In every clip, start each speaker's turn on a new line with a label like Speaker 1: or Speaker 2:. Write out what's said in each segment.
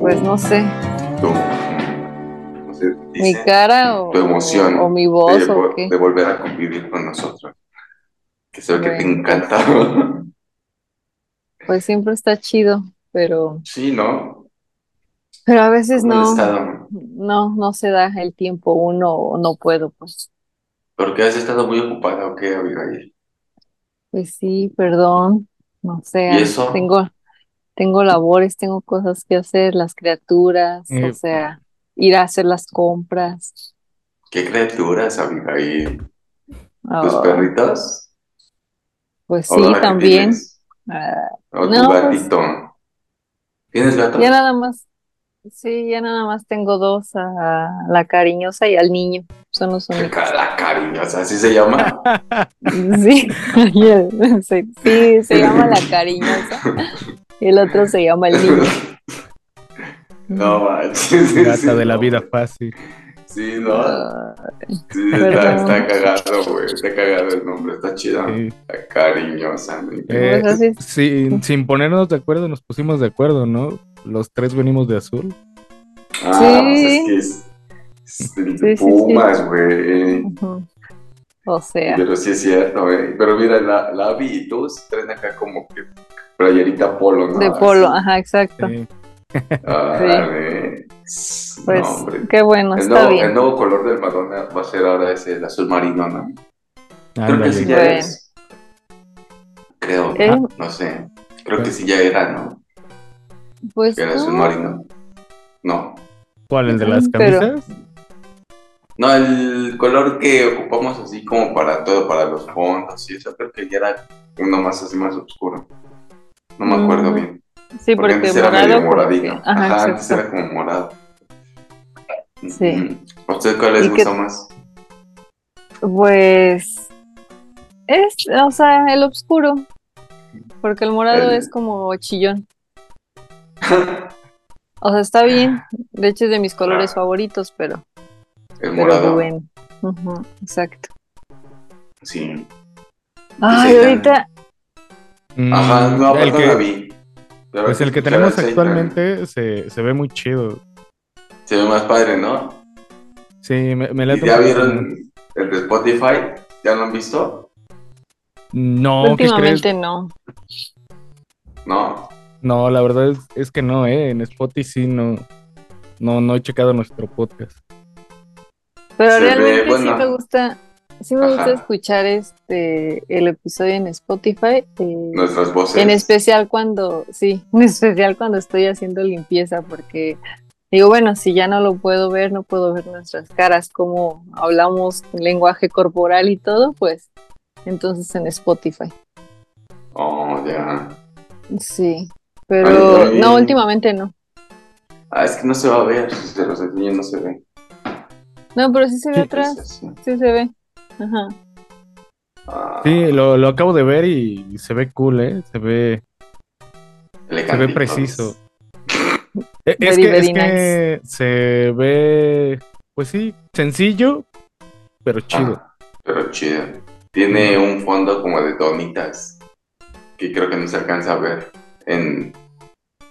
Speaker 1: pues no sé.
Speaker 2: Tu, no sé, dice,
Speaker 1: mi cara o,
Speaker 2: tu emoción
Speaker 1: o mi voz
Speaker 2: de,
Speaker 1: o
Speaker 2: vo-
Speaker 1: qué.
Speaker 2: de volver a convivir con nosotros. Que se ve que te
Speaker 1: Bueno.
Speaker 2: encanta.
Speaker 1: Pues siempre está chido, pero,
Speaker 2: Sí, ¿no?
Speaker 1: pero a veces
Speaker 2: ¿Dónde
Speaker 1: Pues no,
Speaker 2: estado?
Speaker 1: no, no se da el tiempo uno o no puedo, pues.
Speaker 2: Porque has estado muy ocupada o qué, Abigail?
Speaker 1: Pues sí, perdón, no sé,
Speaker 2: ¿Y
Speaker 1: a-
Speaker 2: eso?
Speaker 1: tengo, tengo labores, tengo cosas que hacer, las criaturas, o
Speaker 3: Eh,
Speaker 1: sea, ir a hacer las compras.
Speaker 2: ¿Qué criaturas, Abigail? ¿Tus
Speaker 1: Ah,
Speaker 2: perritos?
Speaker 1: pues
Speaker 2: ¿O
Speaker 1: sí,
Speaker 2: la que
Speaker 1: también.
Speaker 2: tienes?
Speaker 1: Ah,
Speaker 2: ¿O tu
Speaker 1: no, pues
Speaker 2: gatito? ¿Tienes
Speaker 1: ya
Speaker 2: gatos?
Speaker 1: nada más, sí, ya nada más tengo dos, a la cariñosa y al niño, son los
Speaker 2: Qué
Speaker 1: únicos.
Speaker 2: cara cariñosa, ¿así se llama?
Speaker 1: Sí, y el- se- sí, se llama la cariñosa y el otro se llama el niño.
Speaker 2: No manches,
Speaker 3: Gata
Speaker 2: ese
Speaker 3: de la vida
Speaker 2: nombre.
Speaker 3: fácil.
Speaker 2: Sí, ¿no?
Speaker 1: Ah,
Speaker 2: Sí, está, está
Speaker 1: perdón.
Speaker 2: cagado, güey. Está cagado el nombre, está chida.
Speaker 3: Sí.
Speaker 2: Está cariñosa, me encanta.
Speaker 1: Pues
Speaker 3: Eh,
Speaker 1: así, es.
Speaker 3: sin, sin ponernos de acuerdo, nos pusimos de acuerdo, ¿no? Los tres venimos de azul.
Speaker 2: Ah, pues es
Speaker 1: sí,
Speaker 2: que es, es el de
Speaker 1: sí, sí, sí.
Speaker 2: Pumas, güey.
Speaker 1: Ujú. O sea,
Speaker 2: Pero sí es cierto, ¿eh? Pero mira, la, la Abby y tú se traen acá como que playerita polo,
Speaker 1: de
Speaker 2: ¿no?
Speaker 1: polo,
Speaker 2: Así.
Speaker 1: ajá, exacto.
Speaker 3: Sí.
Speaker 1: Sí,
Speaker 2: Árale. No,
Speaker 1: pues
Speaker 2: hombre.
Speaker 1: qué bueno,
Speaker 2: El
Speaker 1: está
Speaker 2: nuevo, el
Speaker 1: bien.
Speaker 2: nuevo color del Madonna va a ser ahora ese, el azul marino, ¿no? Creo que sí
Speaker 3: Ándale.
Speaker 2: ya
Speaker 1: Bueno,
Speaker 2: es. Creo,
Speaker 3: Ah,
Speaker 1: eh,
Speaker 2: no sé. Creo que
Speaker 3: pues,
Speaker 2: sí ya era, ¿no?
Speaker 1: pues
Speaker 2: Era azul
Speaker 1: no,
Speaker 2: marino. No.
Speaker 3: ¿Cuál? ¿El de las
Speaker 1: pero
Speaker 3: camisas?
Speaker 2: No, el color que ocupamos así como para todo, para los fondos y eso, creo que ya era uno más así más oscuro. No me acuerdo
Speaker 1: mm,
Speaker 2: bien. Porque
Speaker 1: sí, porque
Speaker 2: antes era medio
Speaker 1: morado como que,
Speaker 2: moradino.
Speaker 1: ajá,
Speaker 2: Ajá, antes
Speaker 1: exacto.
Speaker 2: era como morado.
Speaker 1: Sí.
Speaker 2: Ujú. ¿A ustedes cuál les
Speaker 1: Y
Speaker 2: gusta
Speaker 1: que
Speaker 2: más?
Speaker 1: pues es, o sea, el oscuro, porque el morado es
Speaker 2: El...
Speaker 1: como chillón. O sea, está bien. De hecho, es de mis colores
Speaker 2: Ah,
Speaker 1: favoritos, pero,
Speaker 2: el
Speaker 1: pero
Speaker 2: morado.
Speaker 1: bueno. Ujú, exacto.
Speaker 2: Sí.
Speaker 1: Ay,
Speaker 2: Seitan.
Speaker 1: ahorita,
Speaker 2: Ajá,
Speaker 3: Mm,
Speaker 2: no, pues
Speaker 3: el
Speaker 2: no la
Speaker 3: que,
Speaker 2: vi. Pero hay
Speaker 3: pues
Speaker 2: que
Speaker 3: el
Speaker 2: escuchar
Speaker 3: que
Speaker 2: al
Speaker 3: tenemos
Speaker 2: Seitan.
Speaker 3: actualmente se, se ve muy chido.
Speaker 2: Se ve más padre, ¿no?
Speaker 3: Sí, me, me
Speaker 2: ¿Y
Speaker 3: late
Speaker 2: ya
Speaker 3: mucho también.
Speaker 2: vieron el de Spotify? ¿Ya lo han visto?
Speaker 3: No, ¿qué crees?
Speaker 1: últimamente no.
Speaker 2: No.
Speaker 3: No, la verdad es, es que no, ¿eh? En Spotify sí, no, no, no he checado nuestro podcast.
Speaker 1: Pero
Speaker 2: Se ve,
Speaker 1: realmente sí me
Speaker 2: bueno,
Speaker 1: gusta, sí me gusta
Speaker 2: ajá,
Speaker 1: escuchar este el episodio en Spotify, eh,
Speaker 2: nuestras
Speaker 1: en
Speaker 2: voces.
Speaker 1: especial cuando, sí, en especial cuando estoy haciendo limpieza, porque digo, bueno, si ya no lo puedo ver, no puedo ver nuestras caras, cómo hablamos, lenguaje corporal y todo, pues entonces en Spotify.
Speaker 2: Oh, ya.
Speaker 1: Sí,
Speaker 2: Ay,
Speaker 1: pero no,
Speaker 2: ay.
Speaker 1: últimamente no.
Speaker 2: Ah, es que no se va a ver. Si se los enseño, no se ve.
Speaker 1: No, pero sí se ve
Speaker 3: Sí,
Speaker 2: Es
Speaker 1: atrás,
Speaker 2: así.
Speaker 1: sí se ve. Ajá.
Speaker 3: sí,
Speaker 2: Ah,
Speaker 3: lo, lo acabo de ver y se ve cool, ¿eh? Se ve, se ve preciso.
Speaker 2: elegantitos.
Speaker 3: E- Es
Speaker 1: Very,
Speaker 3: que, es
Speaker 1: very nice.
Speaker 3: que se ve, pues sí, sencillo,
Speaker 1: Ah.
Speaker 3: pero chido.
Speaker 2: Ajá, Ah, pero chido.
Speaker 3: Mm.
Speaker 2: Tiene un fondo como de donitas, que creo que no se alcanza a ver en,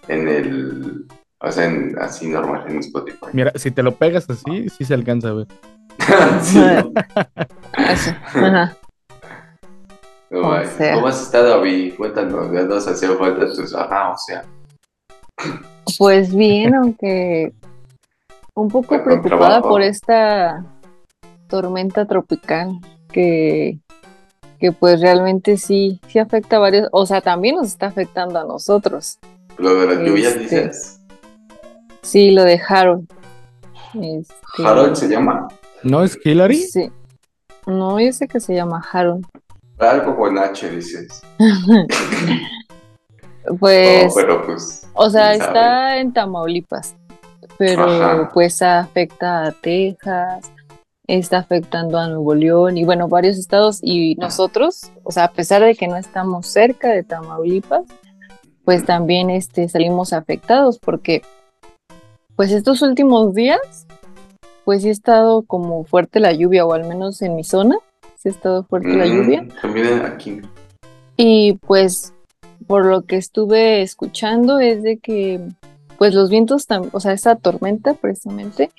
Speaker 2: en el... O sea, en- así normal, en Spotify.
Speaker 3: Mira, si te lo pegas así, sí se alcanza a ver.
Speaker 2: Sí.
Speaker 1: Eso, ajá.
Speaker 2: No
Speaker 1: O
Speaker 2: manches. ¿Cómo
Speaker 1: sea,
Speaker 2: has estado, Abby? Cuéntanos, ya nos hacía falta tus... Ajá, o sea,
Speaker 1: pues bien, aunque un poco
Speaker 2: fue con
Speaker 1: preocupada
Speaker 2: trabajo.
Speaker 1: por esta tormenta tropical que, que pues realmente sí, sí afecta a varios, o sea, también nos está afectando a nosotros.
Speaker 2: Lo de las lluvias,
Speaker 1: Este,
Speaker 2: dices.
Speaker 1: sí, lo dejaron.
Speaker 2: Harold
Speaker 1: Este,
Speaker 2: se llama.
Speaker 3: ¿No es Hillary?
Speaker 1: sí, no, yo sé que se llama Harold.
Speaker 2: Algo con H, dices. No,
Speaker 1: Pues,
Speaker 2: pero pues,
Speaker 1: o sea,
Speaker 2: quién sabe.
Speaker 1: está en Tamaulipas, pero
Speaker 2: Ajá.
Speaker 1: pues afecta a Texas, está afectando a Nuevo León y bueno, varios estados y nosotros, o sea, a pesar de que no estamos cerca de Tamaulipas, pues también este, salimos afectados porque pues estos últimos días, pues sí ha estado como fuerte la lluvia, o al menos en mi zona, sí ha estado fuerte la lluvia.
Speaker 2: Mm, también aquí.
Speaker 1: Y pues por lo que estuve escuchando es de que pues los vientos, tam- o sea, esa tormenta precisamente,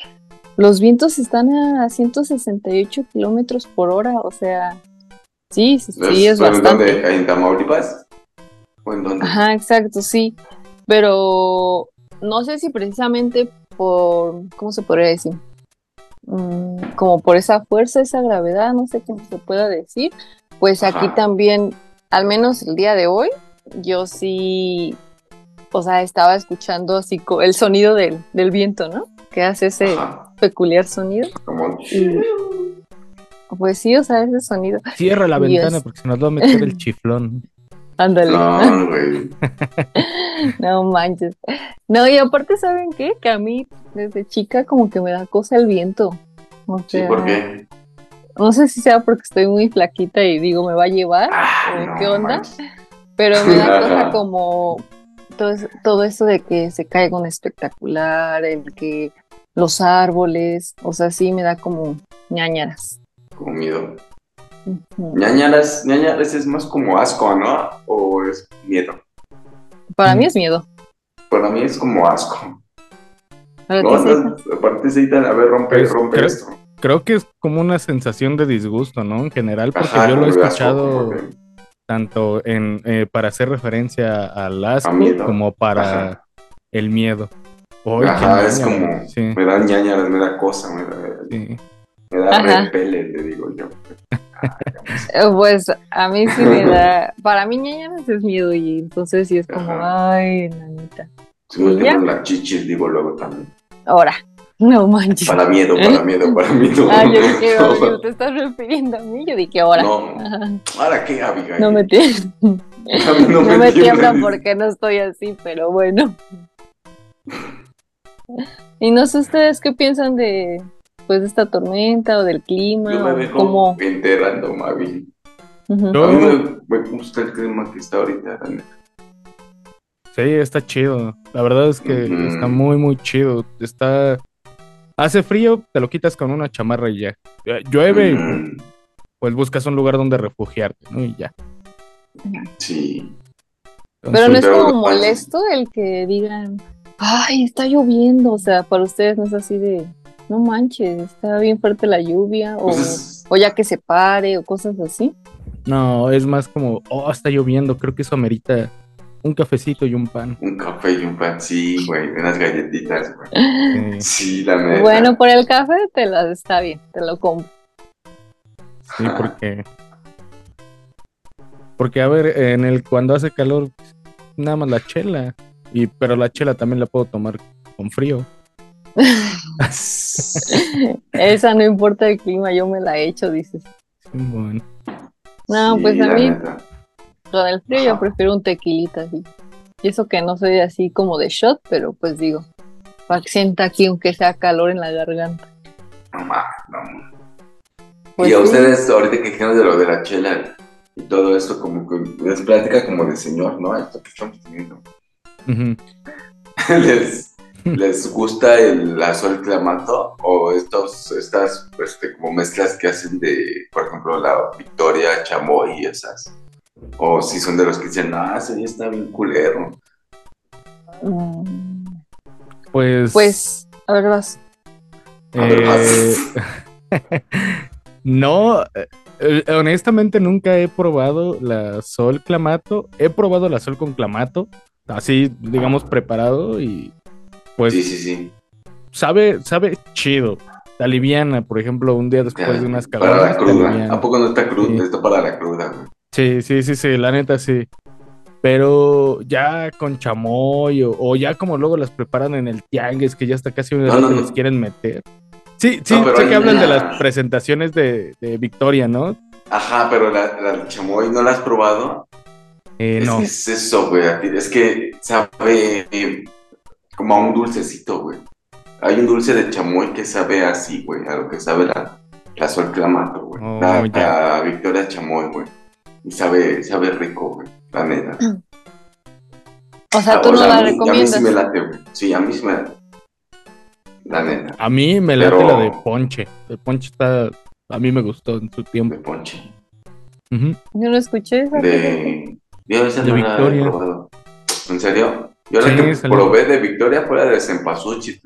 Speaker 1: los vientos están a 168 kilómetros por hora, o sea, sí, sí, sí, es
Speaker 2: ¿Pero en
Speaker 1: bastante.
Speaker 2: dónde? ¿En Tamaulipas? ¿O en dónde?
Speaker 1: Ajá, exacto, sí. Pero no sé si precisamente por, ¿cómo se podría decir? Mm, como por esa fuerza, esa gravedad, no sé cómo se pueda decir. Pues aquí
Speaker 2: Ajá.
Speaker 1: también, al menos el día de hoy, yo sí, o sea, estaba escuchando así co- el sonido del, del viento, ¿no? Que hace ese
Speaker 2: Ajá,
Speaker 1: peculiar sonido.
Speaker 2: como-
Speaker 1: Y, pues sí, o sea, ese sonido.
Speaker 3: Cierra la
Speaker 1: Pues, Dios.
Speaker 3: ventana porque se nos va a meter el chiflón.
Speaker 1: Ándale.
Speaker 2: No, güey.
Speaker 1: No manches. No, y aparte, ¿saben qué? Que a mí desde chica como que me da cosa el viento. O
Speaker 2: Sí,
Speaker 1: sea,
Speaker 2: ¿por qué?
Speaker 1: No sé si sea porque estoy muy flaquita y digo, me va a llevar,
Speaker 2: Ah,
Speaker 1: ¿eh, qué onda?
Speaker 2: manches.
Speaker 1: pero me da
Speaker 2: Ajá.
Speaker 1: cosa como todo, es- todo eso de que se caiga un espectacular, el que los árboles, o sea, sí me da como ñañaras.
Speaker 2: Comido.
Speaker 1: Ujú.
Speaker 2: Ñañaras, Ñañaras es más como asco, ¿no? O es miedo.
Speaker 1: Para
Speaker 2: Mm.
Speaker 1: mí es miedo.
Speaker 2: Para mí es como asco.
Speaker 1: Para
Speaker 2: No,
Speaker 1: ti, César.
Speaker 2: no, aparte se a ver, rompe,
Speaker 3: Pues,
Speaker 2: rompe
Speaker 3: creo-
Speaker 2: esto.
Speaker 3: Creo que es como una sensación de disgusto, ¿no? En general, porque yo lo he
Speaker 2: como de asco,
Speaker 3: escuchado
Speaker 2: como que-
Speaker 3: tanto en eh, para hacer referencia al asco
Speaker 2: miedo.
Speaker 3: como para
Speaker 2: Ajá.
Speaker 3: el miedo. Oy, qué
Speaker 2: Ajá, es
Speaker 3: ñaña,
Speaker 2: como-
Speaker 3: güey. Sí,
Speaker 2: Me da ñañaras, me da cosa, me da,
Speaker 3: sí.
Speaker 2: me da
Speaker 1: Ajá.
Speaker 2: repele, le digo yo.
Speaker 1: Eh, Pues a mí sí me da, para mí ñañaras es miedo y entonces sí es como,
Speaker 2: Ajá.
Speaker 1: ay, nanita.
Speaker 2: Si me
Speaker 1: ¿Y ya?
Speaker 2: tengo las chichis, digo luego también.
Speaker 1: Ahora, no manches.
Speaker 2: Para miedo, para miedo, para miedo.
Speaker 1: ¿Eh? Ah, yo dije, oye, te estás refiriendo a mí, yo dije, ahora.
Speaker 2: No,
Speaker 1: Ajá.
Speaker 2: ¿ahora qué, Abigail?
Speaker 1: No me, tie-
Speaker 2: A mí
Speaker 1: no me tiembla
Speaker 2: tiemblan.
Speaker 1: porque no estoy así, pero bueno. Y no sé ustedes qué piensan de pues de esta tormenta o del clima
Speaker 2: Yo me
Speaker 1: o
Speaker 2: dejo
Speaker 1: cómo.
Speaker 2: enterando, Mavi.
Speaker 1: Ujú.
Speaker 2: A mí
Speaker 3: Yo-
Speaker 2: me, me gusta el clima que está ahorita, la neta.
Speaker 3: Sí, está chido. La verdad es que
Speaker 2: Ujú.
Speaker 3: está muy, muy chido. Está. Hace frío, te lo quitas con una chamarra y ya. Eh, Llueve,
Speaker 2: Mm,
Speaker 3: pues buscas un lugar donde refugiarte, ¿no? Y ya.
Speaker 2: sí.
Speaker 1: Pero no es
Speaker 2: Pero-
Speaker 1: como molesto el que digan, ay, está lloviendo, o sea, para ustedes no es así de, no manches, está bien fuerte la lluvia, o,
Speaker 2: Pues es-
Speaker 1: o ya que se pare, o cosas así.
Speaker 3: No, es más como, oh, está lloviendo, creo que eso amerita un cafecito y un pan.
Speaker 2: Un café y un pan, sí, güey. Unas galletitas, güey.
Speaker 3: Sí,
Speaker 2: Sí, la neta.
Speaker 1: ¿Eh? Bueno, por el café te la está bien, te lo compro.
Speaker 3: sí, porque. Porque, a ver, en el cuando hace calor, nada más la chela. Y, pero la chela también la puedo tomar con frío.
Speaker 1: Esa no importa el clima, yo me la he hecho, dices.
Speaker 3: Bueno,
Speaker 1: No, pues a
Speaker 2: la
Speaker 1: mí-
Speaker 2: neta.
Speaker 1: Con el frío
Speaker 2: Ajá.
Speaker 1: yo prefiero un tequilita así. Y eso que no soy así como de shot, pero pues digo, para que sienta aquí aunque sea calor en la garganta.
Speaker 2: No mames, no mames.
Speaker 1: Pues
Speaker 2: y a
Speaker 1: sí.
Speaker 2: ustedes, ahorita que dijeron de lo de la chela y todo esto, como que es plática como de señor, ¿no? Esto que estamos teniendo.
Speaker 3: ujú.
Speaker 2: ¿Les, les gusta el azul clamato o estos, estas este, como mezclas que hacen de, por ejemplo, la Victoria, Chamoy y esas? O si son de los que dicen, ah, ese día está bien culero.
Speaker 1: Mm,
Speaker 3: Pues.
Speaker 1: Pues, a ver, vas.
Speaker 2: A ver,
Speaker 3: Eh, no, eh, honestamente nunca he probado la sol clamato. He probado la sol con clamato, así digamos preparado y pues
Speaker 2: Sí, sí, sí.
Speaker 3: sabe, sabe chido. Te aliviana, por ejemplo, un día después de unas
Speaker 2: para la
Speaker 3: caguamas. te
Speaker 2: cruda.
Speaker 3: aliviana.
Speaker 2: ¿A poco no está cruda?
Speaker 3: Sí.
Speaker 2: Está para la cruda, güey.
Speaker 3: Sí, sí, sí, sí, la neta sí. Pero ya con chamoy o, o ya como luego las preparan en el tianguis, que ya hasta casi una
Speaker 2: No,
Speaker 3: vez
Speaker 2: Ah, no,
Speaker 3: te
Speaker 2: no.
Speaker 3: les quieren meter. Sí, sí,
Speaker 2: pero
Speaker 3: sé
Speaker 2: hay
Speaker 3: que hablan de
Speaker 2: una-
Speaker 3: las presentaciones de, de Victoria, ¿no?
Speaker 2: Ajá, pero la, la chamoy, ¿no la has probado?
Speaker 3: Eh,
Speaker 2: Es
Speaker 3: no.
Speaker 2: que es eso, güey. a ti- Es que sabe eh, como a un dulcecito, güey. Hay un dulce de chamoy que sabe así, güey, a lo que sabe la, la sol clamato, güey.
Speaker 3: Oh,
Speaker 2: la,
Speaker 3: ya.
Speaker 2: la Victoria chamoy, güey. Y sabe, sabe rico, güey, la neta.
Speaker 1: O sea, tú
Speaker 2: O
Speaker 1: no
Speaker 2: sea,
Speaker 1: la
Speaker 2: Ah, a mí- A mí
Speaker 1: recomiendas.
Speaker 2: sí me late, güey. Sí, a mí sí me late. La neta,
Speaker 3: A mí me late
Speaker 2: Pero-
Speaker 3: la de Ponche. El Ponche está. A mí me gustó en su tiempo.
Speaker 2: de ponche.
Speaker 3: Ujú.
Speaker 1: Yo no escuché esa.
Speaker 2: De... Yo esa
Speaker 3: De
Speaker 2: no la he
Speaker 3: Victoria.
Speaker 2: probado. ¿En serio? Yo
Speaker 3: Sí,
Speaker 2: la que
Speaker 3: salió.
Speaker 2: probé de Victoria fue la de Cempasúchil.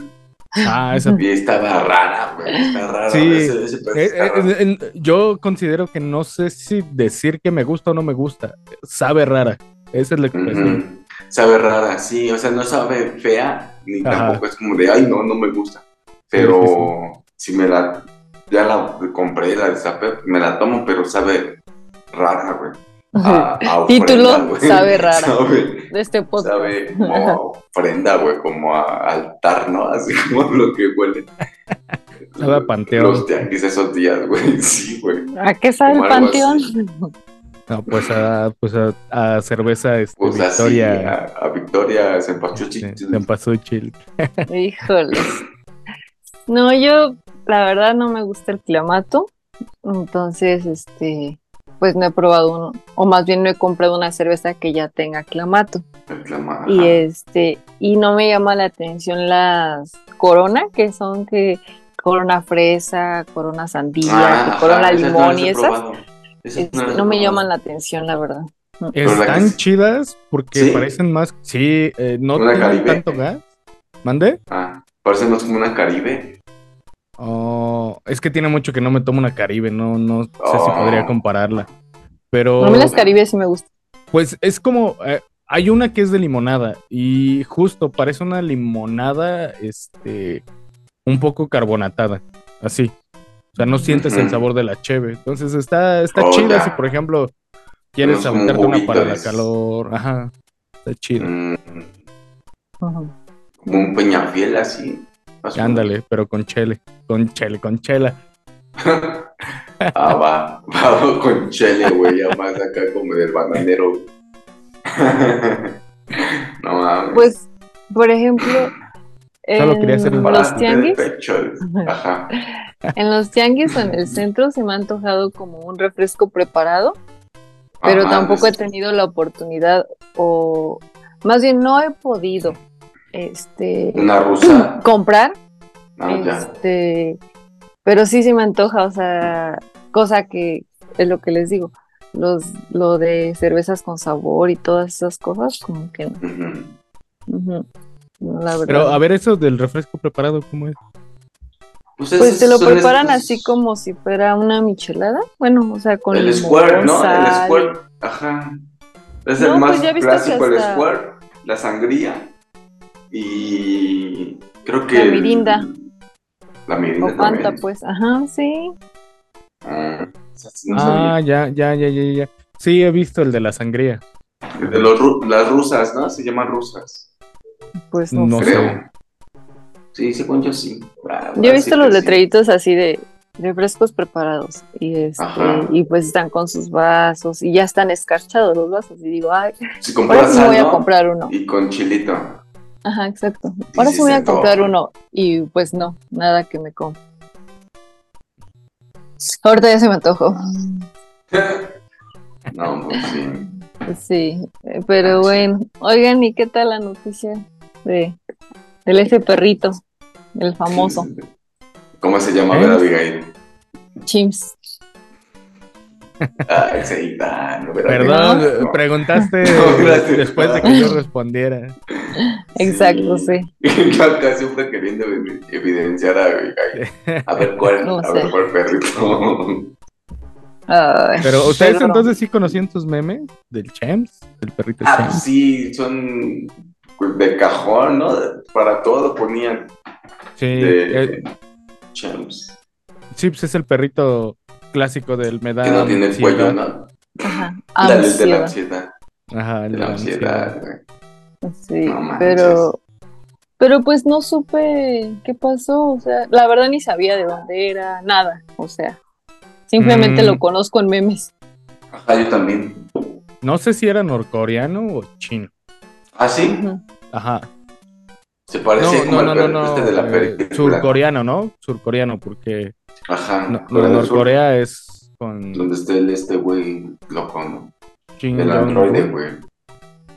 Speaker 3: Ah, esa.
Speaker 2: Y estaba rara, güey. Está rara.
Speaker 3: Sí.
Speaker 2: ese- ese pedo
Speaker 3: Eh,
Speaker 2: está
Speaker 3: eh,
Speaker 2: raro.
Speaker 3: eh, eh, yo considero que no sé si decir que me gusta o no me gusta. Sabe rara. Esa es la expresión.
Speaker 2: Ujú. Sabe rara, sí. O sea, no sabe fea, ni
Speaker 3: Ajá.
Speaker 2: tampoco es como de, ay, no, no me gusta. Pero
Speaker 3: sí,
Speaker 2: si me la. Ya la compré y la destapé, me la tomo, pero sabe rara, güey. A- a
Speaker 1: Título,
Speaker 2: ofrenda, güey.
Speaker 1: sabe rara.
Speaker 2: Sabe-
Speaker 1: de este podcast.
Speaker 2: Ah, sabe como a ofrenda, güey, como a altar, ¿no? Así como lo que huele.
Speaker 3: Sabe a panteón.
Speaker 2: Los tianguis esos días, güey. Sí, güey.
Speaker 1: ¿A qué sabe el
Speaker 2: Como algo así.
Speaker 1: panteón?
Speaker 3: No, pues a, pues a, a cerveza este,
Speaker 2: Pues así,
Speaker 3: Victoria.
Speaker 2: a, a Victoria Zempachuchi.
Speaker 3: este, Cempasúchil.
Speaker 1: Híjole. No, yo la verdad no me gusta el clamato. Entonces, este, pues no he probado uno, o más bien no he comprado una cerveza que ya tenga clamato.
Speaker 2: Reclama,
Speaker 1: Y
Speaker 2: ajá.
Speaker 1: este, y no me llama la atención las corona, que son que corona fresa, corona sandía,
Speaker 2: Ah,
Speaker 1: que
Speaker 2: ajá,
Speaker 1: corona
Speaker 2: esas no
Speaker 1: limón
Speaker 2: las he
Speaker 1: y esas.
Speaker 2: probado. Esas
Speaker 1: este,
Speaker 2: las he
Speaker 1: no me
Speaker 2: probado.
Speaker 1: llaman la atención, la verdad.
Speaker 2: Pero la que
Speaker 3: Están
Speaker 2: es-
Speaker 3: chidas porque
Speaker 2: Sí.
Speaker 3: parecen más. Sí, eh, no
Speaker 2: Una
Speaker 3: tienen
Speaker 2: Caribe.
Speaker 3: tanto gas. ¿Mande?
Speaker 2: Ah, parece más como una Caribe.
Speaker 3: Oh, es que tiene mucho que no me tomo una Caribe. No, no sé si
Speaker 2: Oh.
Speaker 3: podría compararla. Pero.
Speaker 1: A mí las caribes sí me gustan.
Speaker 3: Pues es como. eh, hay una que es de limonada. Y justo parece una limonada. Este. Un poco carbonatada. Así. O sea, no sientes el
Speaker 2: Ujú.
Speaker 3: sabor de la cheve. Entonces está, está
Speaker 2: Oh,
Speaker 3: chida
Speaker 2: ya.
Speaker 3: si, por ejemplo, quieres
Speaker 2: Unos como
Speaker 3: aventarte una para la
Speaker 2: juguitos.
Speaker 3: calor. Ajá. Está chida.
Speaker 2: Mm,
Speaker 1: Ujú.
Speaker 2: como un peñafiel así. Más o
Speaker 3: Ándale, pero con chele. Con chele, con chela.
Speaker 2: Ah, va, va con chile, güey, ya más acá como del bananero. güey. no mames.
Speaker 1: Pues, por ejemplo,
Speaker 3: Solo quería hacer
Speaker 1: en
Speaker 3: un
Speaker 1: los
Speaker 2: Para
Speaker 1: tianguis,
Speaker 2: del pecho, güey. Ajá.
Speaker 1: en los tianguis o en el centro se me ha antojado como un refresco preparado, pero
Speaker 2: Ajá,
Speaker 1: tampoco he
Speaker 2: pues,
Speaker 1: tenido la oportunidad o más bien no he podido este
Speaker 2: Una rusa.
Speaker 1: comprar,
Speaker 2: Ah, ya.
Speaker 1: este, pero sí se me antoja, o sea, cosa que es lo que les digo, los lo de cervezas con sabor y todas esas cosas como que no,
Speaker 2: Ujú.
Speaker 1: ujú, no, la verdad.
Speaker 3: Pero a ver, eso del refresco preparado, ¿cómo es?
Speaker 1: Pues
Speaker 2: esos
Speaker 1: te lo
Speaker 2: son
Speaker 1: preparan
Speaker 2: estos-
Speaker 1: así como si fuera una michelada. Bueno, o sea, con
Speaker 2: El
Speaker 1: limón,
Speaker 2: squirt, ¿no? El
Speaker 1: sal.
Speaker 2: squirt. Ajá. Es
Speaker 1: No,
Speaker 2: el
Speaker 1: pues
Speaker 2: más
Speaker 1: ya he visto que
Speaker 2: clásico, el
Speaker 1: hasta-
Speaker 2: squirt, la sangría y creo que...
Speaker 1: La
Speaker 2: el-
Speaker 1: mirinda.
Speaker 2: La mirinda
Speaker 1: O Fanta,
Speaker 2: también.
Speaker 1: pues. Ajá, sí.
Speaker 2: Ah, esa sí no sabía.
Speaker 3: Ah, ya, ya, ya, ya, ya. Sí, he visto el de la sangría.
Speaker 2: De los ru- las rusas, ¿no? Se llaman rusas.
Speaker 1: Pues no,
Speaker 3: No
Speaker 1: sé.
Speaker 2: creo.
Speaker 3: sé.
Speaker 2: Sí, según yo sí. Ah,
Speaker 1: Yo he
Speaker 2: ah,
Speaker 1: visto
Speaker 2: sí,
Speaker 1: los
Speaker 2: sí.
Speaker 1: letreritos así de refrescos preparados. Y este,
Speaker 2: Ajá.
Speaker 1: y pues están con sus vasos. Y ya están escarchados los vasos. Y digo, ay,
Speaker 2: Si
Speaker 1: ahora
Speaker 2: compras
Speaker 1: sí me voy
Speaker 2: sal,
Speaker 1: a
Speaker 2: ¿no?
Speaker 1: comprar uno.
Speaker 2: Y con chilito.
Speaker 1: Ajá, exacto.
Speaker 2: Y
Speaker 1: Ahora
Speaker 2: sí
Speaker 1: sí voy
Speaker 2: se
Speaker 1: a comprar
Speaker 2: antoja.
Speaker 1: uno. Y pues no, nada que me compre. Ahorita ya se me antojó.
Speaker 2: no, pues sí.
Speaker 1: Sí, eh,
Speaker 2: Ah,
Speaker 1: pero bueno. Oigan, ¿y qué tal la noticia de, del ese perrito? El famoso
Speaker 2: ¿Cómo se llama? A
Speaker 3: ¿Eh?
Speaker 2: ver, Abigail.
Speaker 1: Chimps.
Speaker 2: Ah, Seitán.
Speaker 3: Perdón, eh,
Speaker 2: Abigail. No.
Speaker 3: preguntaste
Speaker 2: No, gracias.
Speaker 3: después de que yo respondiera.
Speaker 1: Exacto, sí.
Speaker 2: Yo acá siempre queriendo evi- evidenciar a Abigail. A ver cuál,
Speaker 1: No
Speaker 2: a ver
Speaker 1: sé.
Speaker 2: cuál perrito.
Speaker 1: Ay,
Speaker 3: Pero ustedes
Speaker 1: Pero-
Speaker 3: entonces sí conocían sus memes del Chems, del perrito
Speaker 2: Ah, pues
Speaker 3: Chems.
Speaker 2: sí, son pues, de cajón, ¿no? Para todo ponían
Speaker 3: Sí,
Speaker 2: de
Speaker 3: eh,
Speaker 2: champs.
Speaker 3: Chips pues es el perrito clásico del me da
Speaker 2: Que no tiene el
Speaker 3: ansiedad.
Speaker 2: cuello, ¿no?
Speaker 1: ajá,
Speaker 2: Dale el de la
Speaker 1: ansiedad.
Speaker 2: ansiedad.
Speaker 3: Ajá, el
Speaker 2: De la ansiedad, güey.
Speaker 1: Sí,
Speaker 2: No manches.
Speaker 1: pero, pero pues no supe qué pasó. O sea, la verdad ni sabía de dónde era, nada. O sea, simplemente
Speaker 3: Mm.
Speaker 1: lo conozco en memes.
Speaker 2: Ajá, yo también.
Speaker 3: No sé si era norcoreano o chino.
Speaker 2: ¿Ah, sí?
Speaker 1: Ujú.
Speaker 3: Ajá.
Speaker 2: Se
Speaker 3: No,
Speaker 2: parece como
Speaker 3: no, no,
Speaker 2: al
Speaker 3: no,
Speaker 2: perrito
Speaker 3: no.
Speaker 2: este de la
Speaker 3: eh,
Speaker 2: película.
Speaker 3: surcoreano, ¿no? Surcoreano, porque
Speaker 2: Ajá.
Speaker 3: No,
Speaker 2: Corea del Ah, Sur,
Speaker 3: Norcorea es con
Speaker 2: Donde está el este güey loco, ¿no?
Speaker 3: Kim
Speaker 2: El
Speaker 3: Jong-un.
Speaker 2: androide, güey.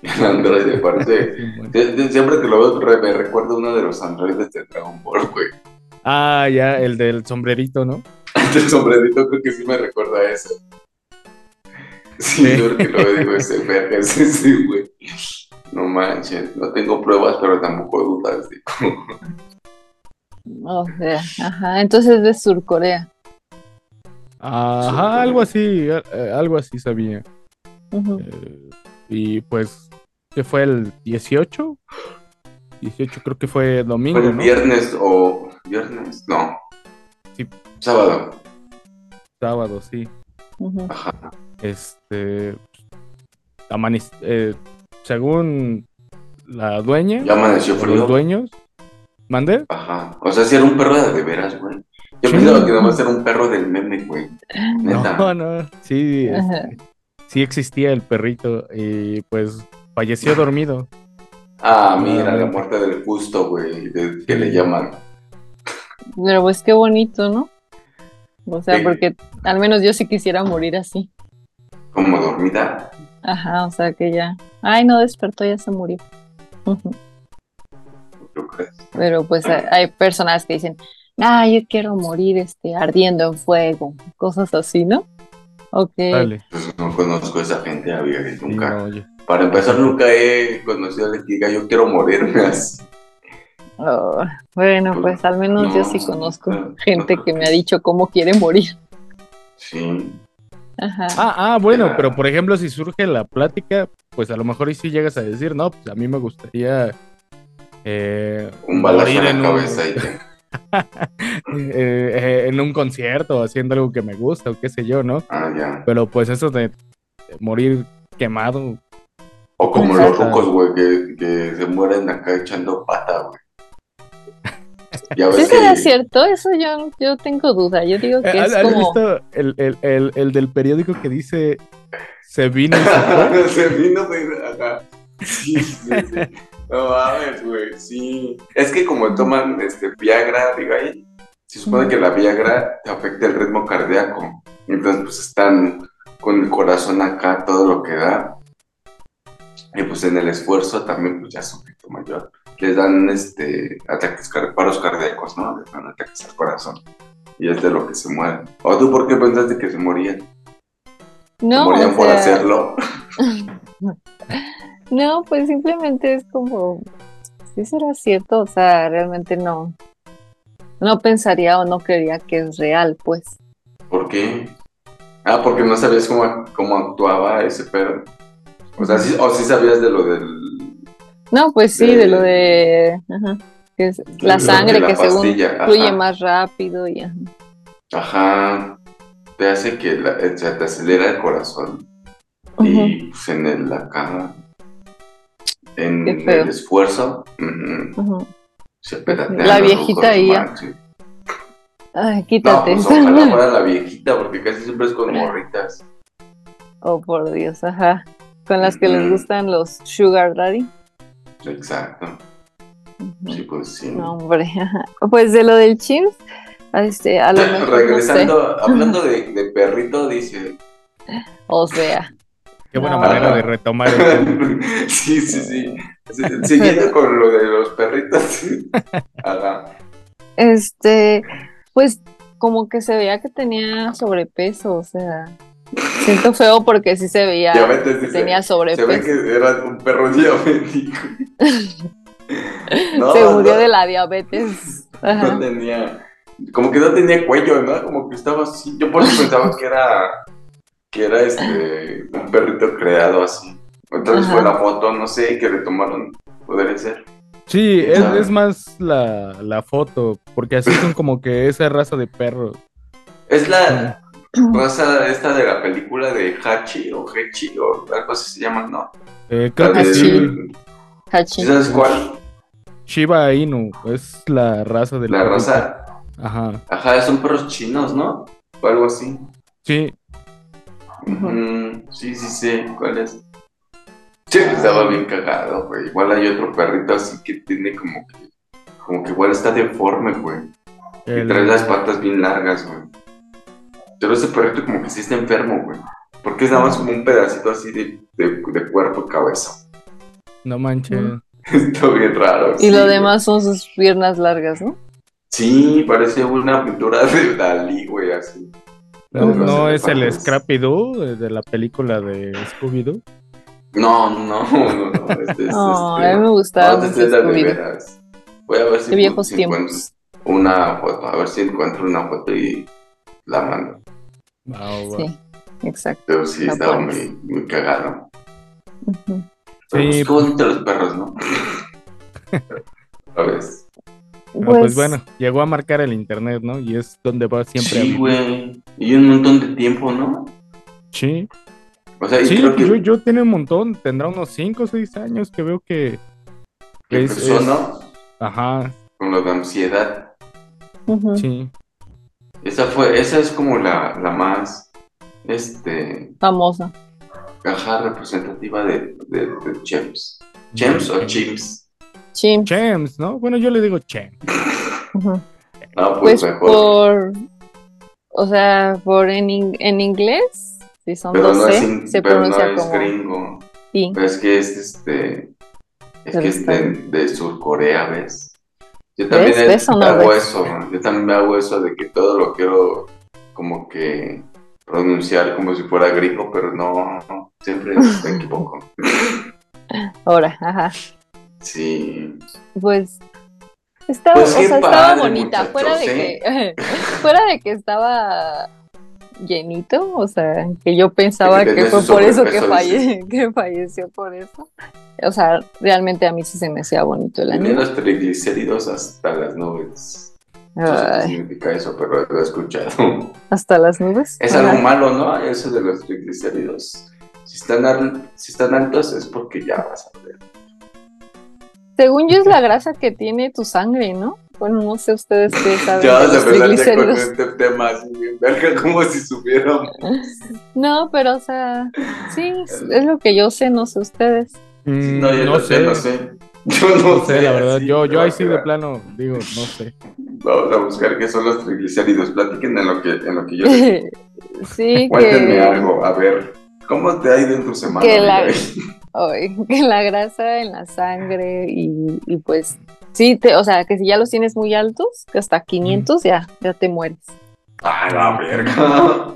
Speaker 2: El androide, parece...
Speaker 3: Sí, bueno.
Speaker 2: de- de- siempre que lo veo re- me recuerdo uno de los androides de Dragon Ball, güey.
Speaker 3: Ah, ya, el del sombrerito, ¿no?
Speaker 2: El sombrerito creo que sí me recuerda a ese. Sí,
Speaker 3: Sí.
Speaker 2: yo creo que lo veo, digo, ese verga, es ese, güey. No manches, no tengo pruebas, pero tampoco dudas. digo.
Speaker 1: O sea, ajá, entonces es de Surcorea.
Speaker 3: Ah, Ajá, algo así, a- eh, algo así sabía.
Speaker 1: Ujú.
Speaker 3: Eh, y pues, ¿qué fue el 18? 18 creo que fue domingo.
Speaker 2: Fue el
Speaker 3: ¿no?
Speaker 2: viernes o viernes, no.
Speaker 3: Sí.
Speaker 2: Sábado.
Speaker 3: Sábado, sí.
Speaker 1: Ujú.
Speaker 2: Ajá.
Speaker 3: Este. amane- eh, según la dueña,
Speaker 2: Ya amaneció
Speaker 3: o los
Speaker 2: frío.
Speaker 3: dueños, ¿mande?
Speaker 2: Ajá. O sea, si era un perro de, de veras, güey. Yo
Speaker 3: Sí.
Speaker 2: pensaba que nada más era un perro del meme, güey. Neta.
Speaker 3: No, no, sí, es-
Speaker 1: Ajá.
Speaker 3: sí existía el perrito y pues falleció dormido.
Speaker 2: Ah, mira, la muerte del justo, güey, de- que le llaman.
Speaker 1: Pero pues qué bonito, ¿no? O sea,
Speaker 2: Sí.
Speaker 1: porque al menos yo sí quisiera morir así.
Speaker 2: Como dormida.
Speaker 1: Ajá, o sea que ya. Ay, no despertó, ya se murió. Ujú.
Speaker 2: ¿Tú crees?
Speaker 1: Pero pues hay, hay personas que dicen, ah, yo quiero morir este, ardiendo en fuego, cosas así, ¿no? O que
Speaker 3: Dale.
Speaker 2: Pues no conozco a esa gente, Abigail,
Speaker 3: Sí,
Speaker 2: nunca.
Speaker 3: no, yo-
Speaker 2: Para empezar, nunca he conocido a alguien que diga yo quiero morirme así.
Speaker 1: Oh, bueno, pues al menos yo sí
Speaker 2: No,
Speaker 1: conozco
Speaker 2: no,
Speaker 1: gente
Speaker 2: no.
Speaker 1: que me ha dicho cómo quiere morir.
Speaker 2: Sí.
Speaker 1: Ajá.
Speaker 3: Ah, ah, bueno,
Speaker 2: Ya.
Speaker 3: pero por ejemplo, si surge la plática, pues a lo mejor y si llegas a decir, no, pues a mí me gustaría eh,
Speaker 2: Un balazo
Speaker 3: morir
Speaker 2: en
Speaker 3: un-
Speaker 2: la cabeza y te-
Speaker 3: eh, eh, en un concierto, haciendo algo que me gusta o qué sé yo, ¿no?
Speaker 2: Ah, ya.
Speaker 3: Pero pues eso de morir quemado,
Speaker 2: O como los
Speaker 1: Exacto.
Speaker 2: rucos, güey, que, que se mueren acá echando pata, güey. Ya
Speaker 1: ¿Sí
Speaker 2: ves
Speaker 1: será
Speaker 2: que...
Speaker 1: cierto? Eso yo, yo tengo duda. Yo digo que
Speaker 3: Eh, ¿Has,
Speaker 1: es
Speaker 3: has
Speaker 1: como...
Speaker 3: visto el, el- el- el del periódico que dice se vino y se fue?
Speaker 2: se vino de acá. Sí, sí, sí. No mames, güey, sí. Es que como toman este Viagra, digo ahí, se supone que la Viagra te afecta el ritmo cardíaco. Entonces, pues están con el corazón acá, todo lo que da. Y pues en el esfuerzo también, pues ya es un poquito mayor. Les dan este ataques, car- paros cardíacos, ¿no? Les dan ataques al corazón. Y es de lo que se mueren. ¿O tú por qué pensaste que se morían? ¿Se
Speaker 1: No,
Speaker 2: morían
Speaker 1: o
Speaker 2: por
Speaker 1: sea,
Speaker 2: hacerlo?
Speaker 1: no, pues simplemente es como... ¿Sí será cierto? O sea, realmente no... No pensaría o no creería que es real, pues.
Speaker 2: ¿Por qué? Ah, porque no sabías cómo, cómo actuaba ese perro. O sea, sí, o sí sabías de lo del...
Speaker 1: No, pues sí,
Speaker 2: De-
Speaker 1: de lo de... ajá, que es la
Speaker 2: Eh, de
Speaker 1: sangre
Speaker 2: la
Speaker 1: que según
Speaker 2: pastilla,
Speaker 1: fluye
Speaker 2: ajá.
Speaker 1: más rápido y... ajá.
Speaker 2: Ajá. Te hace que la- eh, o sea, te acelera el corazón. Y pues, en el, la cara, en
Speaker 1: Qué feo.
Speaker 2: el esfuerzo, ujú,
Speaker 1: Ujú, ujú.
Speaker 2: se petatean
Speaker 1: La
Speaker 2: los
Speaker 1: viejita
Speaker 2: rucos,
Speaker 1: ahí, ya.
Speaker 2: manches.
Speaker 1: Ay,
Speaker 2: No,
Speaker 1: quítate.
Speaker 2: pues ojalá fuera la viejita, porque casi siempre es con morritas.
Speaker 1: Oh, por Dios, ajá. Con las que les
Speaker 2: Ujú.
Speaker 1: gustan los Sugar Daddy.
Speaker 2: Exacto.
Speaker 1: Ujú.
Speaker 2: Sí, pues sí.
Speaker 1: No, hombre, ajá. Pues de lo del Chimps, este, a lo mejor. No sé.
Speaker 2: Regresando, hablando de, de perrito, dice...
Speaker 1: O sea,
Speaker 3: Qué buena
Speaker 1: No.
Speaker 3: manera de retomar el tema.
Speaker 2: sí, sí, sí. Se- Siguiendo con lo de los perritos. Ajá.
Speaker 1: este, pues como que se veía que tenía sobrepeso, o sea. Siento feo porque sí se veía
Speaker 2: Diabetes,
Speaker 1: que
Speaker 2: dice.
Speaker 1: tenía
Speaker 2: Se ve
Speaker 1: sobrepeso.
Speaker 2: que era un perro diabético. No,
Speaker 1: Se murió
Speaker 2: no,
Speaker 1: de la diabetes.
Speaker 2: No
Speaker 1: Ajá.
Speaker 2: tenía. Como que no tenía cuello, ¿no? Como que estaba así. Yo por eso pensaba que era. Que era este. Un perrito creado así. Entonces
Speaker 1: Ajá.
Speaker 2: fue la foto, no sé, que le tomaron. Podría ser.
Speaker 3: Sí, es,
Speaker 2: Ajá.
Speaker 3: es más la, la foto, porque así son como que esa raza de perros.
Speaker 2: Es la. raza esta de la película de Hachi o Hechi o algo así se llama, ¿no?
Speaker 3: Eh, creo
Speaker 2: La
Speaker 3: que
Speaker 2: de-
Speaker 3: sí,
Speaker 1: Hachi.
Speaker 2: ¿Sabes cuál?
Speaker 3: Shiba Inu es la raza del
Speaker 2: La
Speaker 3: perrito.
Speaker 2: raza,
Speaker 3: Ajá.
Speaker 2: ajá, son perros chinos, ¿no? O algo así.
Speaker 3: Sí,
Speaker 1: Ujú.
Speaker 2: Mm, sí, sí, sí, ¿cuál es? Sí, pues, estaba bien cagado, güey. Igual hay otro perrito así que tiene como que, como que igual está deforme, güey. Y
Speaker 3: el-
Speaker 2: trae las patas bien largas, güey. Pero ese perrito como que sí está enfermo, güey. Porque es nada más como un pedacito así de, de, de cuerpo y cabeza.
Speaker 3: no manches.
Speaker 1: Ujú.
Speaker 2: está bien raro.
Speaker 1: Y lo
Speaker 2: sí, güey.
Speaker 1: demás son sus piernas largas, ¿no?
Speaker 2: Sí, parece una pintura de Dalí, güey, así.
Speaker 3: No,
Speaker 2: Ujú.
Speaker 3: no es el eh,
Speaker 2: Patas.
Speaker 3: Scrappy Doo de la película de Scooby Doo.
Speaker 2: No, no, no, no. Este, es,
Speaker 1: No,
Speaker 2: este,
Speaker 1: a mí me gustaba
Speaker 2: no, este
Speaker 1: mucho
Speaker 2: es la de
Speaker 1: Scooby-Doo.
Speaker 2: veras. Voy a ver si,
Speaker 1: De viejos
Speaker 2: si encuentro
Speaker 1: tiempos.
Speaker 2: una foto, a ver si encuentro una foto y la mando.
Speaker 3: Va, va.
Speaker 1: Sí, exacto.
Speaker 2: Pero sí,
Speaker 1: La
Speaker 2: estaba
Speaker 1: pones.
Speaker 2: muy, muy cagado.
Speaker 1: Ujú.
Speaker 3: Ah,
Speaker 2: Pero
Speaker 3: Sí.
Speaker 2: pues, qué bonito los perros, ¿no? A ver.
Speaker 3: Ah, pues, bueno, llegó a marcar el internet, ¿no? Y es donde va siempre. a
Speaker 2: Sí,
Speaker 3: vivir.
Speaker 2: güey. Y un montón de tiempo, ¿no?
Speaker 3: Sí,
Speaker 2: O sea, y
Speaker 3: sí, pues,
Speaker 2: creo que,
Speaker 3: yo, yo tiene un montón, tendrá unos 5 o 6 años que veo que...
Speaker 2: que
Speaker 3: es-
Speaker 2: empezó,
Speaker 3: es-
Speaker 2: ¿no?
Speaker 3: Ajá,
Speaker 2: Con lo de ansiedad.
Speaker 1: Ujú.
Speaker 3: sí.
Speaker 2: Esa fue, esa es como la, la más, este,
Speaker 1: Famosa.
Speaker 2: caja representativa de, de, de Chems. ¿Chems o Chimps?
Speaker 1: Chim.
Speaker 3: Chems, ¿no? Bueno, yo le digo Chems.
Speaker 1: Ujú.
Speaker 2: No, pues,
Speaker 1: Pues
Speaker 2: mejor.
Speaker 1: por. O sea, por en, in- en inglés, si son
Speaker 2: Pero
Speaker 1: dos
Speaker 2: no es,
Speaker 1: C,
Speaker 2: in-
Speaker 1: se
Speaker 2: pero no
Speaker 1: pronuncia
Speaker 2: es
Speaker 1: como.
Speaker 2: gringo.
Speaker 1: Sí.
Speaker 2: Pero es que es este, es
Speaker 1: Pero
Speaker 2: que es
Speaker 1: está
Speaker 2: de, de Surcorea, ¿ves? Yo también
Speaker 1: ¿Ves? ¿Ves o no
Speaker 2: hago
Speaker 1: ves?
Speaker 2: eso, ¿no? yo también hago eso de que todo lo quiero como que pronunciar como si fuera gringo, pero no, no, siempre me equivoco.
Speaker 1: Ahora, ajá.
Speaker 2: Sí.
Speaker 1: Pues. Estaba,
Speaker 2: Pues
Speaker 1: o
Speaker 2: qué
Speaker 1: sea,
Speaker 2: padre,
Speaker 1: estaba bonita.
Speaker 2: muchachos,
Speaker 1: Fuera de
Speaker 2: ¿eh?
Speaker 1: que. fuera de que estaba llenito, o sea, que yo pensaba
Speaker 2: Que
Speaker 1: que,
Speaker 2: tenía
Speaker 1: fue
Speaker 2: su
Speaker 1: por eso que,
Speaker 2: sobrepeso,
Speaker 1: falle- que falleció por eso. O sea, realmente a mí sí se me hacía bonito el
Speaker 2: Tenía
Speaker 1: anime.
Speaker 2: los triglicéridos hasta las nubes. No sé qué
Speaker 1: Ay,
Speaker 2: significa eso, pero lo he escuchado.
Speaker 1: hasta las nubes.
Speaker 2: Es
Speaker 1: Ajá.
Speaker 2: algo malo, ¿no? Eso de los triglicéridos. Si están, al- si están altos es porque ya vas a ver.
Speaker 1: Según yo es la grasa que tiene tu sangre, ¿no? Bueno, no sé ustedes qué saben
Speaker 2: Ya vas a
Speaker 1: de los
Speaker 2: empezar ya con
Speaker 1: triglicéridos.
Speaker 2: este tema así bien verga, como si supiéramos.
Speaker 1: No, pero o sea, sí,
Speaker 2: Eh.
Speaker 1: es, es lo que yo sé, no sé ustedes.
Speaker 3: Mm,
Speaker 2: No, yo no, sé, no sé. Yo no,
Speaker 3: No sé, la verdad.
Speaker 2: así
Speaker 3: yo
Speaker 2: me
Speaker 3: yo
Speaker 2: va
Speaker 3: ahí
Speaker 2: a
Speaker 3: sí de
Speaker 2: quedar.
Speaker 3: plano digo, no sé.
Speaker 2: Vamos a buscar qué son los triglicéridos. Platiquen en lo que, en lo que yo les
Speaker 1: sí,
Speaker 2: Cuéntenme
Speaker 1: que,
Speaker 2: algo, a ver. ¿Cómo te ha ido en tu semana?
Speaker 1: Que la-
Speaker 2: Miguel?
Speaker 1: ay, que la grasa en la sangre y, y pues sí, te, o sea, que si ya los tienes muy altos, que hasta 500 ya, ya te mueres.
Speaker 2: A Ah, la verga.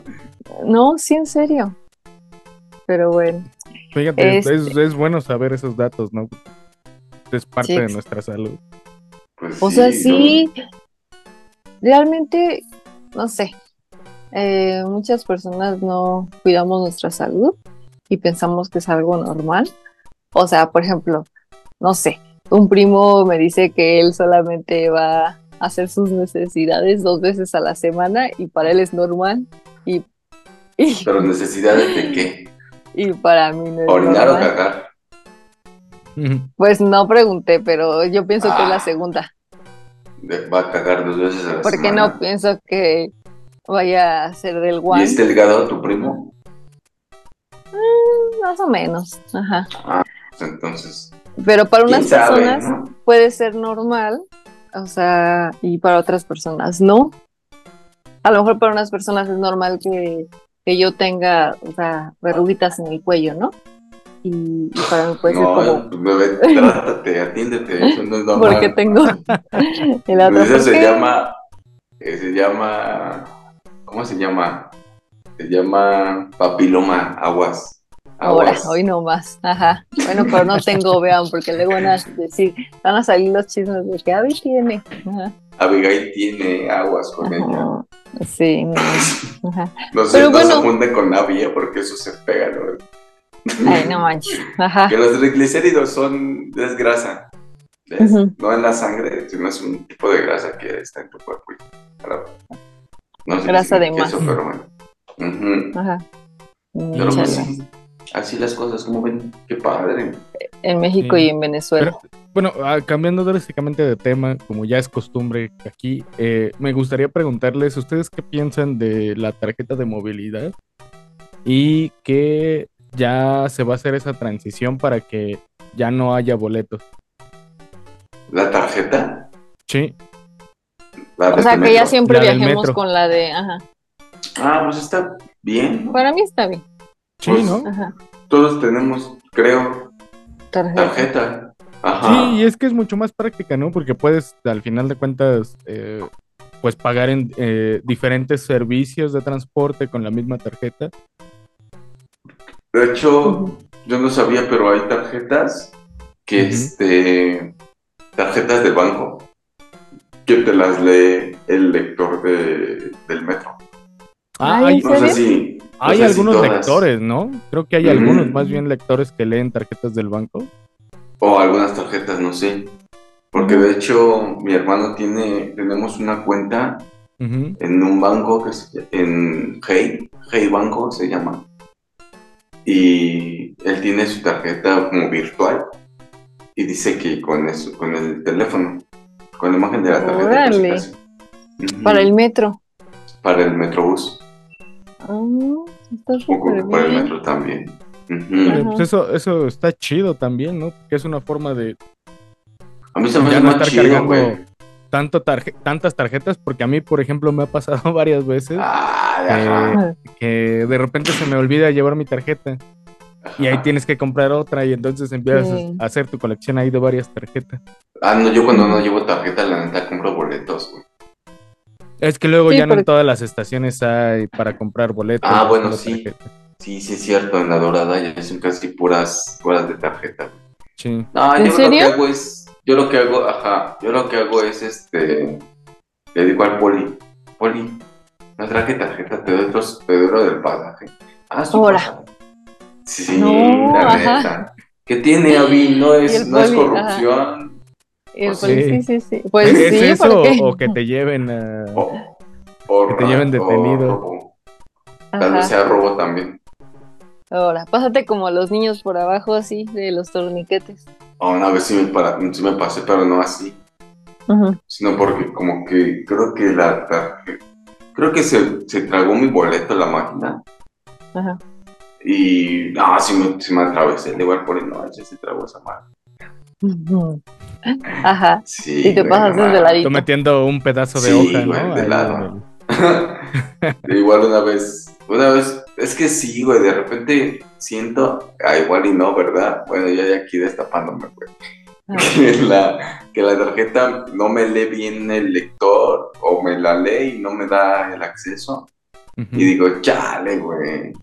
Speaker 1: No, sí, en serio. Pero bueno,
Speaker 3: Fíjate,
Speaker 1: Este-
Speaker 3: es, es bueno saber esos datos, ¿no? Es parte
Speaker 1: Sí.
Speaker 3: de nuestra salud.
Speaker 2: Pues
Speaker 1: o sea,
Speaker 2: ¿no?
Speaker 1: sí, realmente, no sé, eh, muchas personas no cuidamos nuestra salud y pensamos que es algo normal. O sea, por ejemplo, no sé, un primo me dice que él solamente va a hacer sus necesidades dos veces a la semana y para él es normal y, y,
Speaker 2: Pero necesidades de qué?
Speaker 1: y para mí no es
Speaker 2: Orinar o
Speaker 1: normal.
Speaker 2: cagar.
Speaker 1: Pues no pregunté, pero yo pienso que es
Speaker 2: Ah.
Speaker 1: la segunda,
Speaker 2: De- Va a cagar dos veces a la
Speaker 1: porque no
Speaker 2: semana.
Speaker 1: pienso que vaya a ser del
Speaker 2: ¿Y este
Speaker 1: guan,
Speaker 2: es delgado tu primo?
Speaker 1: más o menos, ajá.
Speaker 2: Pues Entonces,
Speaker 1: Pero para unas
Speaker 2: ¿quién sabe,
Speaker 1: personas
Speaker 2: no?
Speaker 1: puede ser normal, o sea, y para otras personas no. A lo mejor para unas personas es normal que, que yo tenga, o sea, verruguitas en el cuello, ¿no? Y, y para mí puede ser
Speaker 2: no,
Speaker 1: como,
Speaker 2: pues, bebé, trátate, atiéndete, eso no es normal. Pues
Speaker 1: porque tengo el otro.
Speaker 2: Eso se
Speaker 1: porque-
Speaker 2: llama, eh, se llama, ¿cómo se llama? Se llama papiloma, aguas.
Speaker 1: Ahora,
Speaker 2: aguas.
Speaker 1: hoy no más. Ajá. Bueno, pero no tengo, vean, porque luego van a decir, van a salir los chismes de que Abby tiene. Ajá.
Speaker 2: Abigail tiene aguas con ella.
Speaker 1: Ajá. Sí, no. Ajá.
Speaker 2: No se,
Speaker 1: Pero
Speaker 2: no se
Speaker 1: bueno.
Speaker 2: junten con nadie porque eso se pega, ¿no?
Speaker 1: Ay, no manches. Ajá.
Speaker 2: Que los triglicéridos son es grasa. ¿ves?
Speaker 1: Ujú.
Speaker 2: No en la sangre, sino es un tipo de grasa que está en tu cuerpo. y- para- No sé qué
Speaker 1: Grasa de
Speaker 2: significa eso,
Speaker 3: más.
Speaker 2: pero bueno. Ujú.
Speaker 1: Ajá.
Speaker 2: Pero pues
Speaker 1: Chale.
Speaker 2: sí, así las cosas, como ven, qué padre.
Speaker 1: En México
Speaker 3: Sí.
Speaker 1: y en Venezuela.
Speaker 3: Pero, bueno, ah, cambiando drásticamente de tema, como ya es costumbre aquí, eh, me gustaría preguntarles, ¿ustedes qué piensan de la tarjeta de movilidad? Y que ya se va a hacer esa transición para que ya no haya boletos.
Speaker 2: La tarjeta,
Speaker 3: Sí,
Speaker 2: la
Speaker 1: o
Speaker 2: de
Speaker 1: sea,
Speaker 2: tu
Speaker 1: que ya
Speaker 2: metro.
Speaker 1: siempre
Speaker 3: La del
Speaker 1: viajemos
Speaker 3: metro.
Speaker 1: con la de. Ajá.
Speaker 2: Ah, pues está bien. ¿no?
Speaker 1: Para mí está bien.
Speaker 3: sí,
Speaker 2: Pues,
Speaker 3: ¿no?
Speaker 1: Ajá.
Speaker 2: Todos tenemos, creo,
Speaker 1: Tarjeta.
Speaker 2: tarjeta. Ajá.
Speaker 3: Sí, y es que es mucho más práctica, ¿no? Porque puedes, al final de cuentas, eh, pues pagar en eh, diferentes servicios de transporte con la misma tarjeta.
Speaker 2: De hecho,
Speaker 1: Ujú.
Speaker 2: Yo no sabía, pero hay tarjetas que
Speaker 3: Ujú.
Speaker 2: este tarjetas del banco que te las lee el lector de- del metro.
Speaker 3: Ah,
Speaker 1: Ay,
Speaker 3: hay,
Speaker 1: ¿en
Speaker 2: No sé
Speaker 1: serio?
Speaker 2: si no
Speaker 3: hay
Speaker 2: sé si
Speaker 3: algunos
Speaker 2: Pues todas.
Speaker 3: lectores, ¿no? Creo que hay
Speaker 2: Ujú.
Speaker 3: algunos más bien lectores que leen tarjetas del banco.
Speaker 2: o algunas tarjetas, no sé. Porque de hecho mi hermano tiene tenemos una cuenta
Speaker 3: Ujú.
Speaker 2: en un banco que se, en Hey, Hey Banco se llama. Y él tiene su tarjeta como virtual y dice que con eso, con el teléfono, con la imagen de la tarjeta. casi,
Speaker 1: Órale.
Speaker 2: casi. Ujú.
Speaker 1: Para el metro.
Speaker 2: para el Metrobús
Speaker 1: Ah, está
Speaker 2: o
Speaker 1: súper
Speaker 2: para el
Speaker 1: bien.
Speaker 2: metro también.
Speaker 3: Pero,
Speaker 2: Ujú.
Speaker 1: Ajá.
Speaker 3: pues, eso, eso está chido también, ¿no? Porque es una forma de
Speaker 2: A mí se me
Speaker 3: Ya
Speaker 2: hace
Speaker 3: no
Speaker 2: más
Speaker 3: estar
Speaker 2: chido,
Speaker 3: cargando
Speaker 2: güey.
Speaker 3: tanto tarje- tantas tarjetas, porque a mí, por ejemplo, me ha pasado varias veces
Speaker 2: Ah. Ay,
Speaker 3: Eh,
Speaker 2: ajá,
Speaker 1: Ah,
Speaker 3: que de repente se me olvida llevar mi tarjeta y ahí
Speaker 2: ajá.
Speaker 3: tienes que comprar otra y entonces empiezas
Speaker 1: Sí.
Speaker 3: a hacer tu colección ahí de varias tarjetas.
Speaker 2: Ah, no, yo cuando no llevo tarjeta, la neta compro boletos, güey.
Speaker 3: Es que luego
Speaker 1: Sí,
Speaker 3: ya no
Speaker 1: porque-
Speaker 3: en todas las estaciones hay para comprar boletos.
Speaker 2: Ah,
Speaker 3: no
Speaker 2: bueno,
Speaker 3: solo
Speaker 2: sí.
Speaker 3: tarjeta.
Speaker 2: Sí, sí, es cierto, en la dorada ya son casi puras, puras de tarjeta.
Speaker 3: Sí.
Speaker 2: No,
Speaker 1: ¿En
Speaker 2: yo lo que
Speaker 1: serio?
Speaker 2: hago es, yo lo que hago, ajá, yo lo que hago es este, le digo al poli, poli, no traje tarjeta, te doy dos, te doy lo del pasaje. Ah, su
Speaker 1: Ahora.
Speaker 2: pasaje. Sí,
Speaker 1: No,
Speaker 2: la
Speaker 1: ajá.
Speaker 2: neta. ¿Qué tiene Avi? No
Speaker 1: Y
Speaker 2: es,
Speaker 1: el
Speaker 2: no es
Speaker 1: poli, ajá.
Speaker 2: corrupción.
Speaker 1: Y el
Speaker 2: Sí.
Speaker 1: poli, sí, sí, sí. Pues
Speaker 3: ¿Es
Speaker 1: sí,
Speaker 3: eso
Speaker 1: porque.
Speaker 3: o que te lleven a...
Speaker 2: O, o
Speaker 3: Que te lleven
Speaker 2: ra- o
Speaker 3: detenido.
Speaker 2: robo. Tal vez
Speaker 1: Ajá.
Speaker 2: sea robo también.
Speaker 1: Ahora, pásate como los niños por abajo, así, de los torniquetes.
Speaker 2: O una vez sí me, para, sí me pasé, pero no así.
Speaker 1: Ujú.
Speaker 2: sino porque como que creo que la tarjeta, creo que se, se tragó mi boleto la máquina
Speaker 1: Ajá.
Speaker 2: y no, si me, si me atravesé, le voy a poner, no, ya se tragó esa máquina.
Speaker 1: Ujú. Ajá.
Speaker 2: Sí,
Speaker 1: Y te
Speaker 2: güey,
Speaker 1: pasas
Speaker 2: no
Speaker 1: desde
Speaker 2: mames.
Speaker 1: ladito.
Speaker 3: Tú metiendo un pedazo de
Speaker 2: Sí,
Speaker 3: hoja,
Speaker 2: güey,
Speaker 3: ¿no?
Speaker 2: de
Speaker 3: Ahí
Speaker 2: lado.
Speaker 3: en el-
Speaker 2: Igual una vez, una vez, es que sí, güey, de repente siento, ah, igual y no, ¿verdad? Bueno, yo ya aquí destapándome, güey.
Speaker 1: Ajá.
Speaker 2: Que la, que la tarjeta no me lee bien el lector o me la lee y no me da el acceso.
Speaker 3: Ujú.
Speaker 2: Y digo, chale, güey.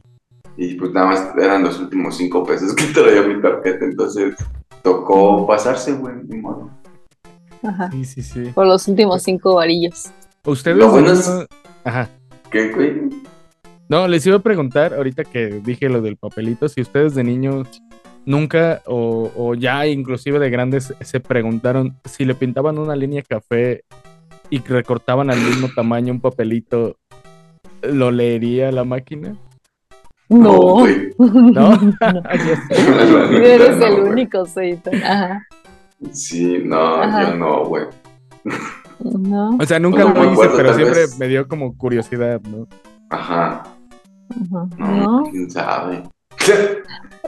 Speaker 2: Y pues nada más eran los últimos cinco pesos que traía mi tarjeta, entonces tocó pasarse, güey, ni modo.
Speaker 1: Ajá.
Speaker 3: Sí, sí, sí.
Speaker 1: Por los últimos cinco varillos.
Speaker 3: Ustedes...
Speaker 2: Lo bueno es-
Speaker 3: no- Ajá.
Speaker 2: ¿Qué, güey?
Speaker 3: No, les iba a preguntar ahorita que dije lo del papelito, si ustedes de niños nunca o, o ya inclusive de grandes se preguntaron si le pintaban una línea café y que recortaban al mismo tamaño un papelito, ¿lo leería la máquina?
Speaker 1: No.
Speaker 2: güey.
Speaker 3: No,
Speaker 1: No.
Speaker 3: Ya sé.
Speaker 2: La neta,
Speaker 1: Eres
Speaker 2: no,
Speaker 1: el
Speaker 2: güey.
Speaker 1: único, Seita. Ajá.
Speaker 2: Sí, no,
Speaker 1: Ajá.
Speaker 2: yo no, güey.
Speaker 1: No.
Speaker 3: O sea, nunca
Speaker 2: No
Speaker 3: lo
Speaker 2: me
Speaker 3: hice,
Speaker 2: acuerdo,
Speaker 3: pero
Speaker 2: tal
Speaker 3: siempre
Speaker 2: vez.
Speaker 3: me dio como curiosidad, ¿no?
Speaker 2: Ajá.
Speaker 1: Ujú.
Speaker 2: No,
Speaker 1: No.
Speaker 2: quién sabe.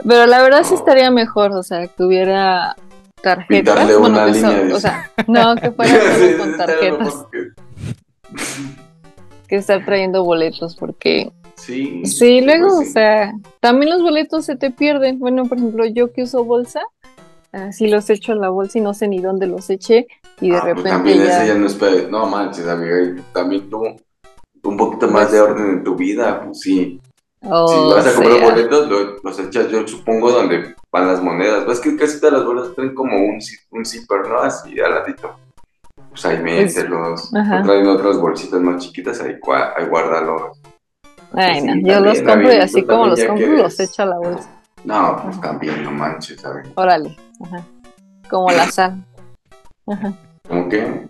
Speaker 1: Pero la verdad sí
Speaker 2: No.
Speaker 1: estaría mejor, o sea, que hubiera tarjetas.
Speaker 2: Pintarle
Speaker 1: bueno,
Speaker 2: una
Speaker 1: que so-
Speaker 2: línea, dice.
Speaker 1: o sea, no, que fuera
Speaker 2: Sí, sí,
Speaker 1: solo con
Speaker 2: está
Speaker 1: tarjetas
Speaker 2: loco porque-
Speaker 1: que estar trayendo boletos, porque
Speaker 2: Sí.
Speaker 1: sí, luego,
Speaker 2: pues
Speaker 1: o
Speaker 2: sí.
Speaker 1: sea, también los boletos se te pierden. Bueno, por ejemplo, yo que uso bolsa, así los echo en la bolsa y no sé ni dónde los eché, y de
Speaker 2: Ah, pues
Speaker 1: repente
Speaker 2: también ese
Speaker 1: ya.
Speaker 2: ya no es pe- No manches, amiga. También tú, un poquito más
Speaker 1: Pues-
Speaker 2: de orden en tu vida, pues sí. Si
Speaker 1: O
Speaker 2: vas a comprar
Speaker 1: sea,
Speaker 2: boletos, lo- los echas, yo supongo, donde van las monedas. Ves que casi todas las boletas traen como un, zi- un zipper, ¿no? Así al ladito. Pues ahí
Speaker 1: Pues,
Speaker 2: mételos.
Speaker 1: ajá.
Speaker 2: O traen otras bolsitas más chiquitas, ahí, gua- ahí guárdalos. pues Sí,
Speaker 1: ay, no, yo
Speaker 2: también,
Speaker 1: los compro y
Speaker 2: también,
Speaker 1: así
Speaker 2: tú
Speaker 1: como
Speaker 2: también
Speaker 1: los
Speaker 2: ya
Speaker 1: compro,
Speaker 2: quieres.
Speaker 1: los echo a la bolsa.
Speaker 2: No, pues
Speaker 1: Ajá.
Speaker 2: también, no manches, ¿sabes?
Speaker 1: Órale, ajá. Como la sal, ajá.
Speaker 2: ¿Cómo que?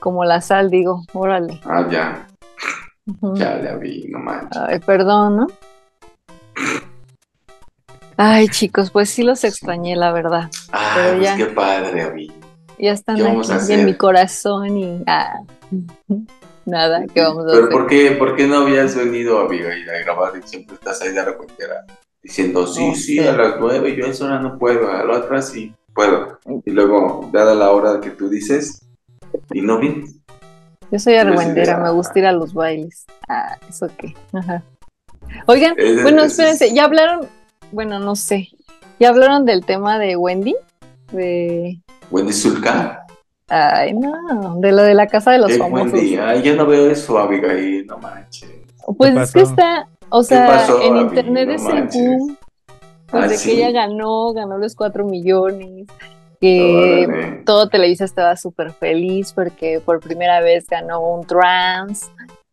Speaker 1: Como la sal, digo, órale.
Speaker 2: Ah, ya,
Speaker 1: Ujú.
Speaker 2: ya la vi, no manches.
Speaker 1: Ay, perdón, ¿no? Ay, chicos, pues sí los extrañé, la verdad.
Speaker 2: Ay,
Speaker 1: Pero
Speaker 2: pues
Speaker 1: ya.
Speaker 2: qué padre, Avi.
Speaker 1: Ya están
Speaker 2: ¿Qué vamos
Speaker 1: aquí
Speaker 2: a hacer?
Speaker 1: en mi corazón y ah, nada, ¿qué vamos a
Speaker 2: ¿Pero
Speaker 1: hacer?
Speaker 2: por qué, por qué no habías venido, amiga, y a grabar y siempre estás ahí de la cuentera diciendo, sí,
Speaker 1: No
Speaker 2: sí,
Speaker 1: sé.
Speaker 2: a las nueve, yo a esa hora no puedo, a la otra sí puedo? Y luego, dada la hora que tú dices, y no vienes.
Speaker 1: Yo soy
Speaker 2: no sé,
Speaker 1: argüendera,
Speaker 2: ya.
Speaker 1: me gusta ir a los bailes. Ah, eso qué. Ajá. Oigan,
Speaker 2: Es-
Speaker 1: bueno,
Speaker 2: es-
Speaker 1: espérense, ya hablaron, bueno, no sé, ya hablaron del tema de Wendy, de,
Speaker 2: Wendy Zulka.
Speaker 1: ay, no, de lo de la casa de los
Speaker 2: Eh,
Speaker 1: famosos.
Speaker 2: Wendy, ay, yo no veo eso, amiga, y no manches.
Speaker 1: Pues es que
Speaker 3: pasó?
Speaker 1: está, o sea,
Speaker 2: pasó,
Speaker 1: en
Speaker 2: Abby?
Speaker 1: internet
Speaker 2: No
Speaker 1: es el
Speaker 2: manches.
Speaker 1: boom Pues
Speaker 2: Ah,
Speaker 1: de
Speaker 2: sí.
Speaker 1: que ella ganó, ganó los cuatro millones, que
Speaker 2: Órale.
Speaker 1: todo Televisa estaba súper feliz porque por primera vez ganó un trans.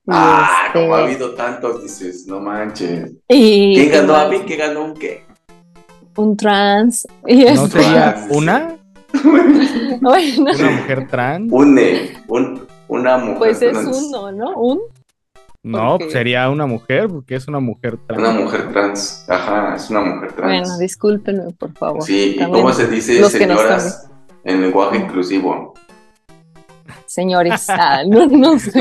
Speaker 1: y
Speaker 2: Ah,
Speaker 1: este,
Speaker 2: como ha habido tantos, dices, no manches.
Speaker 1: y-
Speaker 2: ¿Quién ganó a mí? ¿Quién ganó un qué?
Speaker 1: Un trans. Y
Speaker 3: ¿No
Speaker 1: este,
Speaker 3: sería
Speaker 2: Ah, sí,
Speaker 3: una?
Speaker 1: bueno,
Speaker 3: ¿Una mujer trans?
Speaker 2: Une, un, una mujer.
Speaker 1: pues es
Speaker 2: trans.
Speaker 1: uno, ¿no? Un.
Speaker 3: No, pues,
Speaker 1: Ok.
Speaker 3: sería una mujer, porque es una mujer trans.
Speaker 2: Una mujer trans. Ajá, es una mujer trans.
Speaker 1: Bueno, discúlpenme, por favor.
Speaker 2: sí, ¿y
Speaker 1: También,
Speaker 2: cómo se dice
Speaker 1: los que no
Speaker 2: señoras en lenguaje inclusivo?
Speaker 1: Señores, ah, no, no sé.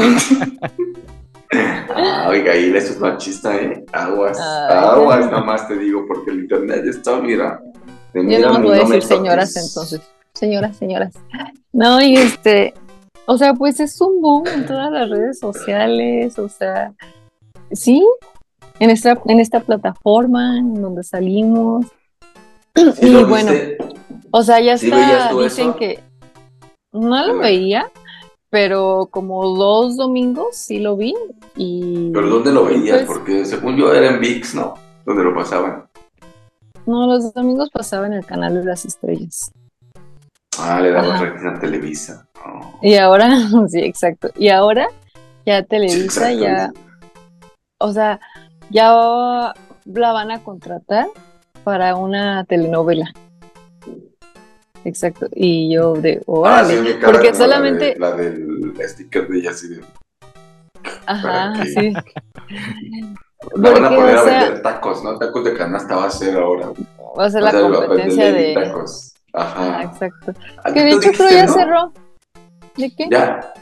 Speaker 2: Ah, oiga, y eso es machista, ¿eh? Aguas,
Speaker 1: Ay,
Speaker 2: aguas,
Speaker 1: ya.
Speaker 2: nada más te digo, porque el internet está, mira. de
Speaker 1: Yo
Speaker 2: mira,
Speaker 1: no más
Speaker 2: mi
Speaker 1: voy a
Speaker 2: me
Speaker 1: decir
Speaker 2: toques.
Speaker 1: señoras entonces. Señoras, señoras. No, y este, o sea, pues es un boom en todas las redes sociales, o sea, sí, en esta, en esta plataforma en donde salimos.
Speaker 2: ¿Sí
Speaker 1: y
Speaker 2: lo
Speaker 1: bueno,
Speaker 2: viste?
Speaker 1: o sea, ya
Speaker 2: ¿Sí veías
Speaker 1: está,
Speaker 2: tú
Speaker 1: dicen
Speaker 2: eso?
Speaker 1: que no lo
Speaker 2: Ajá.
Speaker 1: veía, pero como dos domingos sí lo vi y
Speaker 2: ¿Pero dónde lo veías?
Speaker 1: Pues-
Speaker 2: porque según yo era en VIX, ¿no? Donde lo pasaban.
Speaker 1: no, los domingos pasaba en el canal de las estrellas.
Speaker 2: Ah, le daban
Speaker 1: Ajá.
Speaker 2: retina a Televisa. Oh,
Speaker 1: Y ahora, sí, exacto. Y ahora ya Televisa
Speaker 2: exacto.
Speaker 1: ya, o sea, ya la van a contratar para una telenovela. Exacto. Y yo de,
Speaker 2: Ah,
Speaker 1: órale.
Speaker 2: sí, me cabe,
Speaker 1: porque
Speaker 2: ¿no?
Speaker 1: solamente,
Speaker 2: La, de- la del sticker de ella, así de. para
Speaker 1: ajá,
Speaker 2: que-
Speaker 1: sí.
Speaker 2: La van a
Speaker 1: Porque,
Speaker 2: poner
Speaker 1: o
Speaker 2: a
Speaker 1: sea-
Speaker 2: vender tacos, ¿no? Tacos de canasta va a ser ahora.
Speaker 1: Va a ser la competencia de.
Speaker 2: tacos. Ajá.
Speaker 1: Ajá, exacto.
Speaker 2: Ah,
Speaker 1: Que
Speaker 2: tú
Speaker 1: de hecho creo
Speaker 2: dijiste,
Speaker 1: ya
Speaker 2: ¿no?
Speaker 1: cerró. ¿De qué?
Speaker 2: Ya.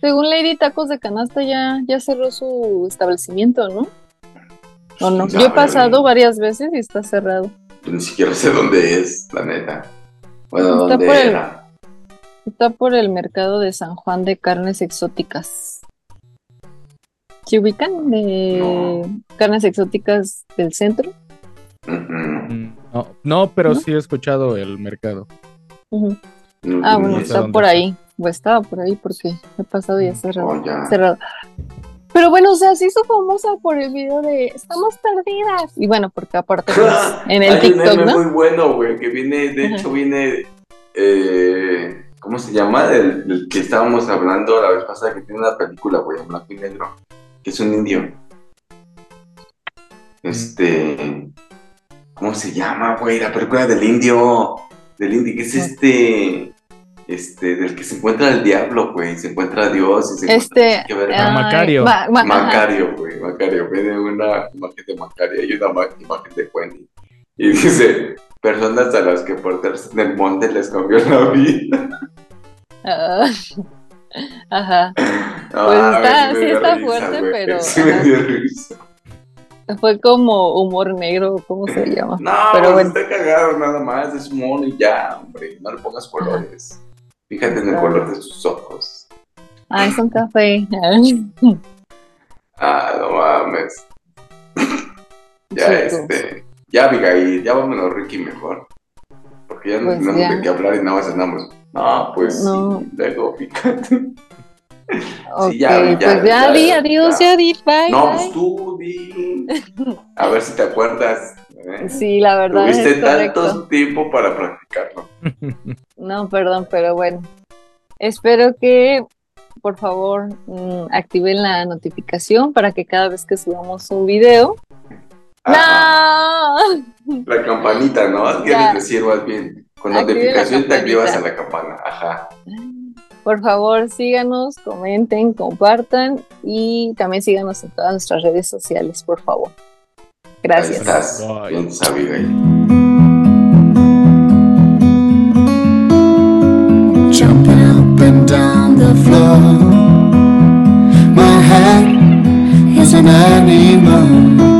Speaker 1: Según Lady Tacos de Canasta ya, ya cerró su establecimiento, ¿no? ¿O no?
Speaker 2: Ya,
Speaker 1: Yo he
Speaker 2: pero-
Speaker 1: pasado varias veces y está cerrado.
Speaker 2: Yo ni siquiera sé dónde es, la neta. Bueno,
Speaker 1: Está
Speaker 2: ¿dónde
Speaker 1: por el-
Speaker 2: era?
Speaker 1: Está por el mercado de San Juan de carnes exóticas. ¿Se ubican de carnes exóticas del centro?
Speaker 2: Ujú.
Speaker 3: Mm, No, no, pero
Speaker 1: ¿No?
Speaker 3: sí he escuchado el mercado.
Speaker 1: Ujú.
Speaker 2: Mm,
Speaker 1: Ah,
Speaker 2: mm,
Speaker 1: bueno,
Speaker 3: sé
Speaker 1: está
Speaker 3: dónde
Speaker 1: por
Speaker 3: está.
Speaker 1: ahí. Pues estaba por ahí porque he pasado y ya cerrado.
Speaker 2: oh, ya.
Speaker 1: cerrado. Pero bueno, o sea, se hizo famosa por el video de Estamos perdidas. Y bueno, porque aparte pues, en el
Speaker 2: Hay un
Speaker 1: TikTok,
Speaker 2: meme
Speaker 1: ¿no?
Speaker 2: muy bueno, güey, que viene, de
Speaker 1: Ajá.
Speaker 2: hecho, viene. eh, ¿Cómo se llama? Del, del que estábamos hablando la vez pasada, que tiene una película, güey, en blanco y negro, que es un indio. Este. ¿Cómo se llama, güey? La película del indio. Del indio, que es este. Este, del que se encuentra el diablo, güey. Se encuentra a Dios y se
Speaker 1: Este,
Speaker 2: encuentra. Qué verga.
Speaker 3: Ah, Macario.
Speaker 1: Ma- ma- ajá.
Speaker 2: Macario, güey, Macario. Viene una imagen de Macario y una ma- imagen de Wendy. Y dice, personas a las que por estar en el monte les cambió la vida.
Speaker 1: Ah, Ajá.
Speaker 2: No,
Speaker 1: Pues
Speaker 2: mames,
Speaker 1: está-
Speaker 2: me
Speaker 1: sí
Speaker 2: dio
Speaker 1: está fuerte,
Speaker 2: güey.
Speaker 1: pero,
Speaker 2: Sí me
Speaker 1: ajá.
Speaker 2: dio risa.
Speaker 1: Fue como humor negro, ¿cómo se llama?
Speaker 2: No,
Speaker 1: Pero
Speaker 2: pues
Speaker 1: bueno.
Speaker 2: está cagado nada más, es mono y ya, hombre. No le pongas colores. Fíjate en el
Speaker 1: Ah.
Speaker 2: color de sus ojos.
Speaker 1: Ah, es un café.
Speaker 2: Ah, no mames. Ya
Speaker 1: Chicos.
Speaker 2: este. Ya, Abigail, ya vámonos, Ricky, mejor. Porque ya no
Speaker 1: Pues
Speaker 2: tenemos
Speaker 1: ya.
Speaker 2: de qué hablar y nada más andamos. No, pues
Speaker 1: No.
Speaker 2: sí, luego fíjate.
Speaker 1: Ok,
Speaker 2: Sí, ya, ya,
Speaker 1: pues ya,
Speaker 2: ya,
Speaker 1: di,
Speaker 2: ya.
Speaker 1: adiós, ya di, bye.
Speaker 2: No,
Speaker 1: bye.
Speaker 2: pues tú, di. A ver si te acuerdas. ¿eh?
Speaker 1: Sí, la verdad
Speaker 2: Tuviste
Speaker 1: es
Speaker 2: tanto
Speaker 1: correcto.
Speaker 2: tiempo para practicarlo.
Speaker 1: No, perdón, pero bueno. Espero que, por favor, mm, activen la notificación para que cada vez que subamos un video.
Speaker 2: Ajá.
Speaker 1: ¡No!
Speaker 2: La campanita, ¿no?
Speaker 1: Ya.
Speaker 2: Quieres decir más bien. Con
Speaker 1: Active la
Speaker 2: notificación te activas a
Speaker 1: campanita.
Speaker 2: la campana. Ajá.
Speaker 1: Por favor, síganos, comenten, compartan y también síganos en todas nuestras redes sociales, por favor.
Speaker 2: Ahí
Speaker 1: Gracias.
Speaker 2: estás.
Speaker 3: Bye.
Speaker 2: Bien, Abigail.
Speaker 4: jumping up and down the floor. My head is an animal.